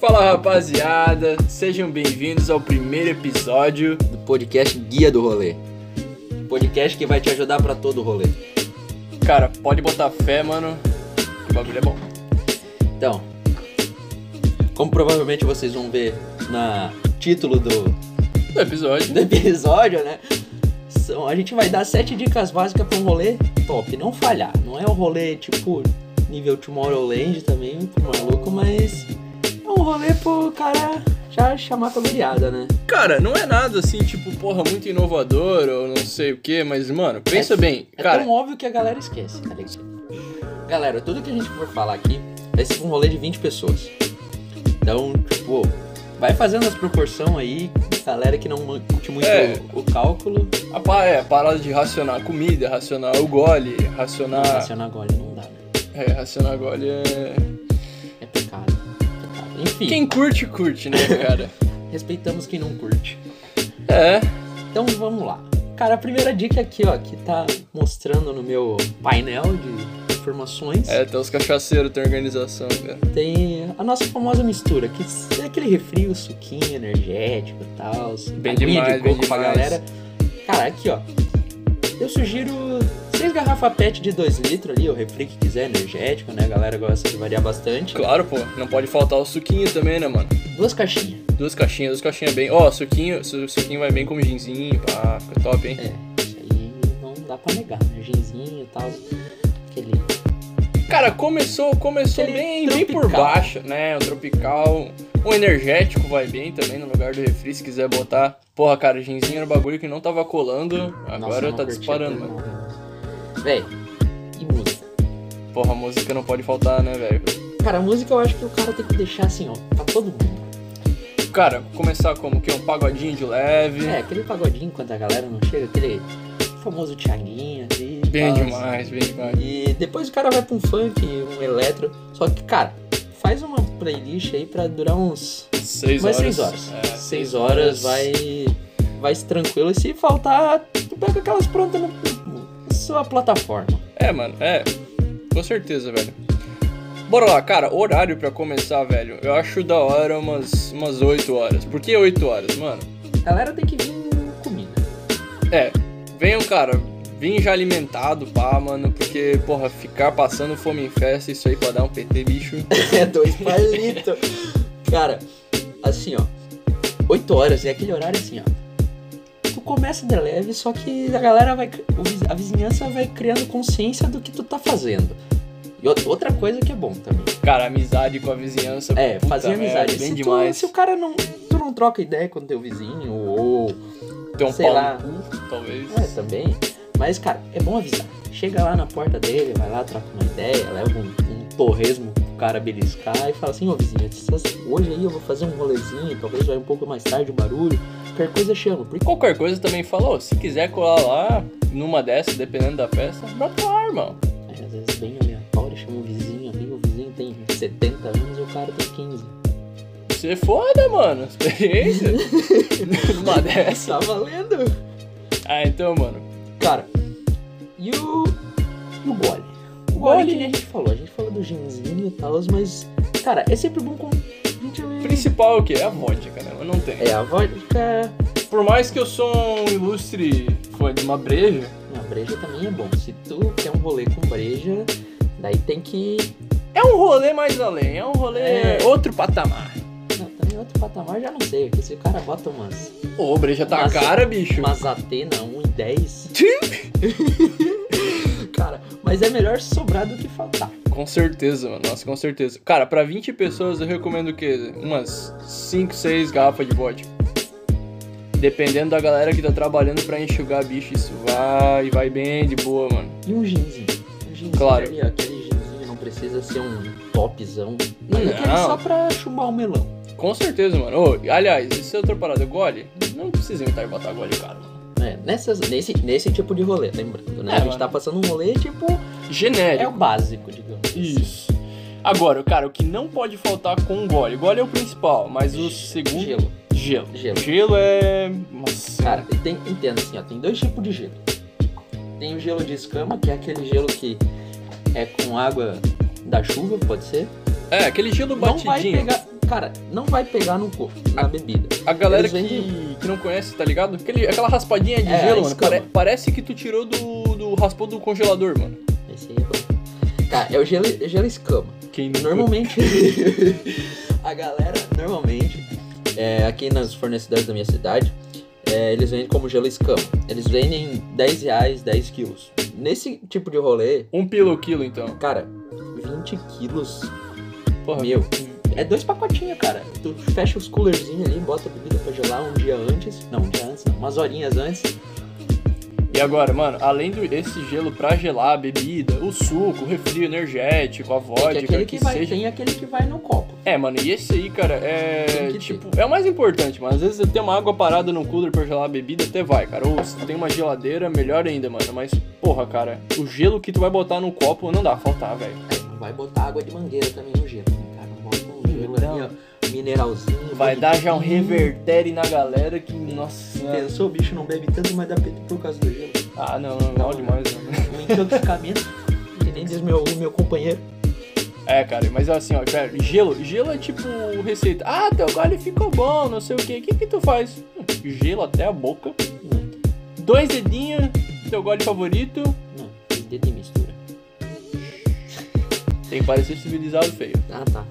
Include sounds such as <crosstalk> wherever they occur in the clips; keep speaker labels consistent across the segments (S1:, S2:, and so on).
S1: Fala rapaziada, sejam bem-vindos ao primeiro episódio.
S2: do podcast Guia do Rolê. Podcast que vai te ajudar pra todo o rolê.
S1: Cara, pode botar fé, mano. O bagulho é bom.
S2: Então, como provavelmente vocês vão ver na título do,
S1: No episódio,
S2: do episódio, né? São, a gente vai dar sete dicas básicas pra um rolê top, não falhar. Não é um rolê tipo nível Tomorrowland também, muito maluco, mas é um rolê pro cara já chamar pra guriada, né?
S1: Cara, não é nada assim, tipo, porra, muito inovador ou não sei o que, mas, mano, pensa
S2: É-
S1: bem,
S2: É
S1: cara.
S2: tão óbvio que a galera esquece, tá ligado? Galera, tudo que a gente for falar aqui vai ser um rolê de 20 pessoas. Então, tipo, vai fazendo as proporções aí, galera que não curte muito
S1: É.
S2: o, o cálculo.
S1: A pa- é, a parada de racionar comida, racionar o gole, racionar.
S2: Racionar agora não dá, né?
S1: É, racionar gole é.
S2: É pecado. é pecado. Enfim,
S1: Quem curte, curte, né,
S2: <laughs>
S1: cara?
S2: respeitamos quem não curte.
S1: é.
S2: Então vamos lá. Cara, a primeira dica aqui, ó, que tá mostrando no meu painel de informações.
S1: É, até os cachaceiros têm organização, cara.
S2: Tem a nossa famosa mistura, que é aquele refri, o suquinho energético e tal.
S1: Bem
S2: aguinha
S1: demais,
S2: de coco
S1: bem
S2: pra
S1: demais.
S2: galera. Cara, aqui ó. Eu sugiro seis garrafas PET de 2 litros ali, o refri que quiser, energético, né? A galera gosta de variar bastante.
S1: Claro, pô, não pode faltar o suquinho também, né, mano?
S2: Duas caixinhas.
S1: Duas caixinhas, duas caixinhas bem. Ó, suquinho, su- suquinho vai bem com ginzinho, pá, fica top, hein?
S2: É, isso aí não dá pra negar, né? Ginzinho e tal. Aquele.
S1: Cara, começou, começou
S2: Aquele
S1: bem, bem por
S2: tropical.
S1: baixo, né? O tropical, o energético vai bem também no lugar do refri, se quiser botar. Porra, cara, ginzinho era um bagulho que não tava colando,
S2: Nossa,
S1: agora
S2: eu não
S1: tá
S2: curti
S1: disparando,
S2: aquilo
S1: mano.
S2: não, né? Véi, e música?
S1: Porra, a música não pode faltar, né, velho?
S2: Cara, a música eu acho que o cara tem que deixar assim, ó, pra todo mundo.
S1: Cara, começar como que? Um pagodinho de leve.
S2: É, aquele pagodinho quando a galera não chega, aquele famoso Thiaguinho ali. e
S1: Bem
S2: tal.
S1: demais, bem demais.
S2: E depois o cara vai pra um funk, um eletro. Só que, cara, faz uma playlist aí pra durar uns.
S1: Seis
S2: umas
S1: horas.
S2: seis horas.
S1: É,
S2: seis horas vai. Vai tranquilo. E se faltar, tu pega aquelas prontas no, na sua plataforma.
S1: É, mano, é. Com certeza, velho. Bora lá, cara, horário pra começar, velho. Eu acho da hora umas, umas 8 horas. Por que 8 horas, mano?
S2: A galera tem que vir comida.
S1: É, venham, cara, vim já alimentado, pá, mano, porque, porra, ficar passando fome em festa, isso aí pra dar um PT,
S2: <laughs>
S1: bicho.
S2: É dois palitos. Cara, assim, ó. 8 horas, é aquele horário assim, ó. Tu começa de leve, só que a galera vai. o viz- A vizinhança vai criando consciência do que tu tá fazendo. E ou- outra coisa que é bom também.
S1: Cara, amizade com a vizinhança.
S2: É,
S1: puta
S2: fazer
S1: merda,
S2: amizade.
S1: Bem
S2: se, tu-
S1: demais.
S2: se o cara não. Tu não troca ideia com teu vizinho, ou.
S1: Tem um
S2: sei
S1: pau
S2: lá.
S1: no cu, talvez.
S2: É, também. Mas, cara, é bom avisar. Chega lá na porta dele, vai lá, troca uma ideia, leva um, um torresmo pro cara beliscar e fala assim, ô vizinho, essas- hoje aí eu vou fazer um rolezinho, talvez vai um pouco mais tarde o barulho, qualquer coisa chama. Porque
S1: Qualquer coisa também falou, se quiser colar lá, numa dessas, dependendo da festa, bota lá, irmão.
S2: é, às vezes bem aleatório, chama o vizinho ali, o vizinho tem 70 anos e o cara tem 15. <laughs>
S1: Você é foda, mano. <laughs> Experiência. Uma dessa.
S2: Tá valendo!
S1: Ah, então, mano.
S2: Cara, e o. E o gole? O
S1: Gole.
S2: gole, que nem a gente falou, a gente falou do ginzinho e tal, mas. Cara, é sempre bom com. A gente...
S1: O principal é o quê? É a vodka, né? Mas não tem.
S2: É, a vodka.
S1: Por mais que eu sou um ilustre fã de uma breja,
S2: Não, breja também é bom. Se tu quer um rolê com breja, daí tem que.
S1: é um rolê mais além. É um rolê
S2: É.
S1: outro patamar.
S2: Não, também outro patamar já não sei, porque se o cara bota umas,
S1: Ô, breja tá
S2: Mas-
S1: cara, bicho.
S2: umas Atena 1 e 10. <laughs> cara, mas é melhor sobrar do que faltar.
S1: Com certeza, mano. Nossa, com certeza. Cara, pra 20 pessoas eu recomendo o quê? Umas 5, 6 garrafas de vodka. Dependendo da galera que tá trabalhando pra enxugar bicho, isso vai, vai bem de boa, mano.
S2: E um ginzinho. Um ginzinho
S1: Claro.
S2: ali, ó, aquele ginzinho não precisa ser um topzão. Mas aquele
S1: Não.
S2: só pra chumbar o melão.
S1: Com certeza, mano. Ô, aliás, isso é outra parada. Gole? Não precisa inventar de botar gole, cara. mano.
S2: É, nessas, nesse, nesse tipo de rolê, lembrando, né?
S1: É,
S2: a gente
S1: mano.
S2: tá passando um rolê, tipo, é o
S1: Genérico.
S2: básico, digamos. assim.
S1: Isso. Agora, cara, o que não pode faltar com um gole? Gole é o principal, mas o segundo.
S2: Gelo.
S1: Gelo.
S2: Gelo.
S1: Gelo é. Nossa.
S2: Cara, tem, entenda assim, ó, tem dois tipos de gelo. Tem o gelo de escama, que é aquele gelo que é com água da chuva, pode ser.
S1: É, aquele gelo
S2: Não vai
S1: batidinho.
S2: pegar, Cara, não vai pegar no corpo, na bebida.
S1: A galera
S2: Eles vendem-
S1: que, que não conhece, tá ligado? Aquele, aquela raspadinha de
S2: É,
S1: gelo,
S2: a
S1: mano.
S2: escama.
S1: pare- parece que tu tirou do, do. raspou do congelador, mano.
S2: Esse aí é bom. Cara, é o gelo, gelo escama.
S1: Quem
S2: Normalmente, a galera, normalmente, é, aqui nas fornecedores da minha cidade, é, eles vendem como gelo escama. Eles vendem R$ 10 reais, 10 quilos. Nesse tipo de rolê,
S1: Um pila o quilo, então.
S2: cara, 20 quilos
S1: Porra.
S2: Meu. é dois pacotinhos, cara. Tu fecha os coolerzinhos ali, bota a bebida pra gelar um dia antes. Não, um dia antes não, umas horinhas antes.
S1: E agora, mano, além desse gelo pra gelar a bebida, o suco, o refri energético, a
S2: Tem
S1: vodka,
S2: aquele
S1: que,
S2: É que vai,
S1: seja.
S2: tem aquele que vai no copo.
S1: É, mano, e esse aí, cara, é.
S2: Tem que
S1: Tipo, é o mais importante, mano. Às vezes você tem uma água parada no cooler pra gelar a bebida, até vai, cara. Ou se tu tem uma geladeira, melhor ainda, mano. Mas, porra, cara, o gelo que tu vai botar no copo não dá pra faltar, velho.
S2: Não vai botar água de mangueira também no gelo, né, cara. Bota um gelo
S1: Então.
S2: ali, ó. Mineralzinho.
S1: Vai dar já um
S2: bonitinho.
S1: revertério na galera que. Nossa.
S2: Pensou, o bicho não bebe tanto, mas dá peito por causa do gelo.
S1: Ah, não, não, mal demais, mano.
S2: Um intoxicamento. que nem diz meu, meu companheiro.
S1: É, cara, mas assim, ó, cara, gelo, gelo é tipo receita. Ah, teu gole ficou bom, não sei o quê. O que que tu faz? Hum, Gelo até a boca.
S2: Não,
S1: Dois dedinhos, teu gole favorito.
S2: não. Esse dedo em mistura.
S1: Tem que parecer civilizado feio.
S2: Ah, tá.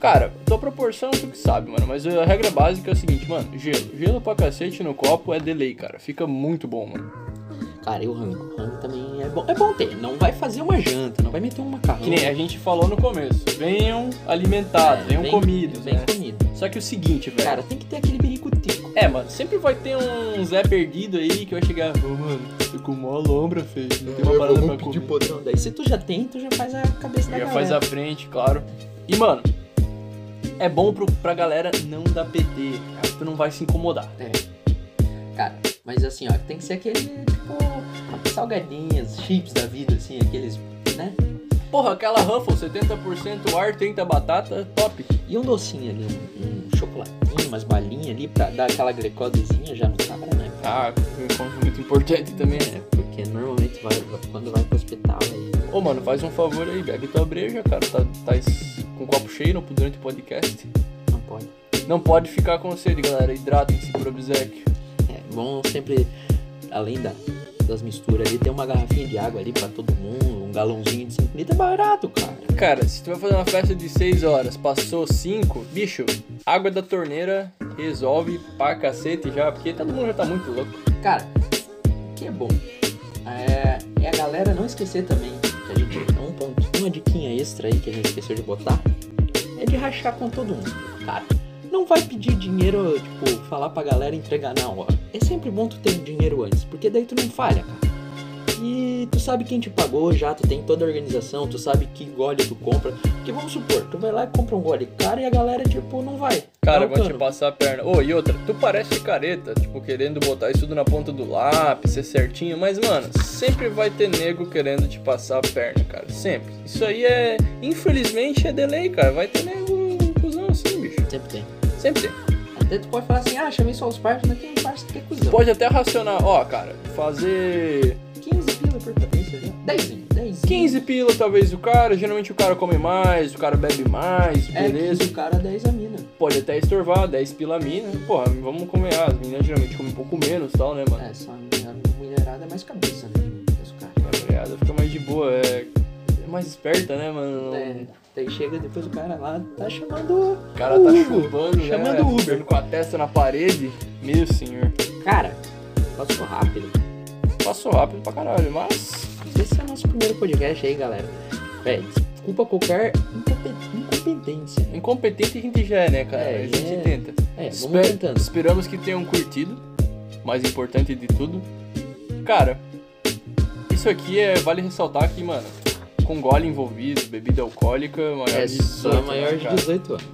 S1: Cara, tua proporção tu que sabe, mano. Mas a regra básica é a seguinte, mano. Gelo. Gelo pra cacete no copo é delay, cara. Fica muito bom, mano.
S2: Cara, e o rango? Rango também é bom. É bom ter. Não vai fazer uma janta, não vai meter um macarrão.
S1: Que nem a gente falou no começo. Venham alimentados, venham
S2: vem-
S1: comidos,
S2: Vem
S1: né?
S2: É,
S1: É.
S2: comido.
S1: Só que o seguinte, velho.
S2: Cara, tem que ter aquele birico tico.
S1: É, mano, sempre vai ter um Zé perdido aí que vai chegar, ô, mano, tô com mó lombra, feio, não tem uma parada pra comer.
S2: podrão. Daí se tu já tem, tu já faz a cabeça da
S1: Já
S2: galera.
S1: faz a frente, claro. E, mano, é bom pro, pra galera não dar PT, cara, tu não vai se incomodar.
S2: É. Cara, mas assim, ó, tem que ser aquele, tipo, salgadinhas, chips da vida, assim, aqueles, né?
S1: Porra, aquela Ruffle, 70% ar, 30% batata, top.
S2: E um docinho ali, um, um chocolatinho, umas balinhas ali pra dar aquela grecodezinha já no cara, né?
S1: Ah, um ponto muito importante também.
S2: É, porque normalmente vai, vai- quando vai pro hospital aí.
S1: Ô, mano, faz um favor aí, bebe tua breja, cara, tá, tá es- com o copo cheio no- durante o podcast.
S2: Não pode.
S1: Não pode ficar com sede, galera, hidratem-se por obsequio.
S2: É bom sempre, além da, das misturas ali, ter uma garrafinha de água ali pra todo mundo, um galãozinho de 5 litros é barato, cara.
S1: Cara, se tu vai fazer uma festa de 6 horas, passou 5, bicho, água da torneira resolve pra cacete já, porque todo mundo já tá muito louco.
S2: Cara, o que é bom é, é a galera não esquecer também que a gente um ponto, uma diquinha extra aí que a gente esqueceu de botar é de rachar com todo mundo, cara. Não vai pedir dinheiro, tipo, falar pra galera entregar na hora. É sempre bom tu ter dinheiro antes, porque daí tu não falha, cara. E tu sabe quem te pagou já, tu tem toda a organização, tu sabe que gole tu compra. Porque vamos supor, tu vai lá e compra um gole caro e a galera, tipo, não vai.
S1: Cara,
S2: Dá o
S1: vão te
S2: cano.
S1: passar a perna. Ô, e outra, tu parece careta, tipo, querendo botar isso tudo na ponta do lápis, ser certinho, mas, mano, sempre vai ter nego querendo te passar a perna, cara, sempre. Isso aí é, infelizmente, é delay, cara, vai ter nego cuzão assim, bicho,
S2: Sempre tem.
S1: sempre tem.
S2: Até tu pode falar assim, ah, chamei só os parceiros, mas tem parceiro que é cuzão.
S1: Pode até racionar, ó, cara, fazer
S2: 15 pila por cabeça já. 10, 10.
S1: 15 pila talvez o cara, geralmente o cara come mais, o cara bebe mais,
S2: É,
S1: beleza.
S2: 15 o cara, 10 a mina.
S1: Pode até estorvar, 10 pila a mina. Porra, vamos comer, ah, as meninas geralmente comem um pouco menos e tal, né, mano?
S2: É, só a mulher- a mulherada é mais cabeça, né? Os caras.
S1: A mulherada tá fica mais de boa, é, é mais esperta, né, mano?
S2: É, daí chega depois o cara lá, tá chamando.
S1: O cara tá
S2: Hugo,
S1: chupando, né?
S2: chamando o Uber.
S1: Com a testa na parede. Meu senhor.
S2: Cara, passou rápido.
S1: Passou rápido pra caralho, mas.
S2: Esse é o nosso primeiro podcast aí, galera. Véi, desculpa qualquer incompe- incompetência.
S1: Incompetente a gente já é, né, cara?
S2: É,
S1: a gente
S2: é.
S1: tenta.
S2: É, vamos
S1: Espe-
S2: tentando.
S1: Esperamos que tenham curtido. Mais importante de tudo. Cara, isso aqui é. Vale ressaltar que, mano, com gole envolvido, bebida alcoólica, maior
S2: É,
S1: de
S2: só
S1: 18,
S2: maior
S1: né,
S2: de
S1: cara?
S2: 18 anos.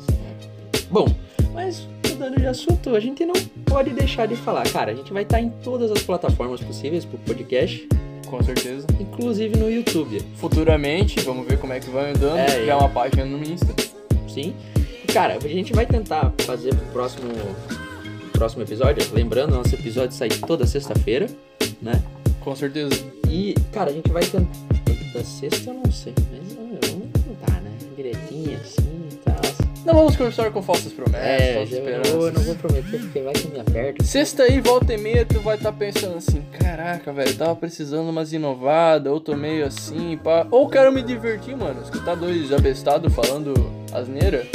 S2: Bom, mas mudando de assunto, a gente não pode deixar de falar, cara. A gente vai estar em todas as plataformas possíveis pro podcast,
S1: Com certeza.
S2: inclusive no YouTube,
S1: Futuramente, vamos ver como é que vai andando.
S2: É,
S1: Já
S2: é.
S1: uma página no Insta.
S2: sim? E, cara, a gente vai tentar fazer pro próximo, próximo episódio. Lembrando, nosso episódio sai toda sexta-feira, né?
S1: Com certeza.
S2: E, cara, a gente vai tentar. Da sexta eu não sei, mas ah, vamos tentar, né? Direitinho assim e tal.
S1: Não vamos começar com falsas promessas,
S2: É,
S1: falsas
S2: já- eu,
S1: esperanças.
S2: não- eu não vou prometer porque vai que me aperta.
S1: Sexta aí, volta e meia, tu vai estar pensando assim, caraca, velho, tava precisando umas inovadas, ou tô meio assim, pá. Ou quero me divertir, mano. Escutar dois abestados falando asneira.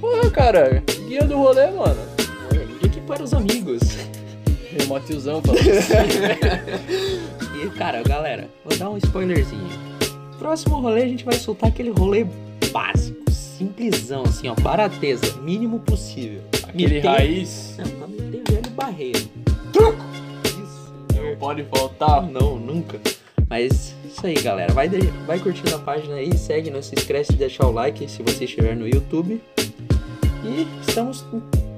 S1: Porra, cara, guia do rolê, mano.
S2: Indique para os amigos.
S1: E o Matiozão
S2: <laughs>
S1: falando.
S2: E, cara, galera, vou dar um spoilerzinho. Próximo rolê a gente vai soltar aquele rolê básico, simplesão, assim, ó, barateza, mínimo possível.
S1: Aquele
S2: Me tem-
S1: raiz.
S2: Não, pra meter velho barreiro. Isso. Ah,
S1: Não pode faltar.
S2: Não, nunca. Mas isso aí, galera. Vai, de- vai curtindo a página aí, segue, não se esquece de deixar o like se você estiver no YouTube. E estamos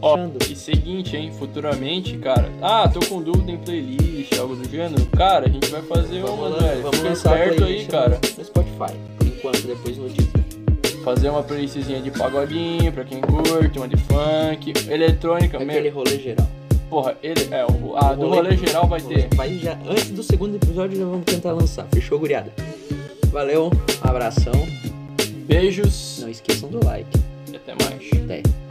S1: Ó.
S2: fechando.
S1: E seguinte, hein, futuramente, cara. Ah, tô com dúvida em playlist, algo do gênero. Cara, a gente vai fazer uma,
S2: Vamos,
S1: velho.
S2: vamos
S1: Fica
S2: lançar a
S1: esperto aí,
S2: playlist né?
S1: cara.
S2: no Spotify. Por enquanto, depois no Disney.
S1: Fazer uma playlistzinha de pagodinho, pra quem curte, uma de funk, eletrônica mesmo.
S2: Aquele rolê geral.
S1: Porra, ele é o. A do rolê geral vai ter.
S2: Vai já, antes do segundo episódio já vamos tentar lançar. Fechou, guriada? Valeu, abração.
S1: Beijos
S2: Não esqueçam do like.
S1: e até mais.
S2: Até.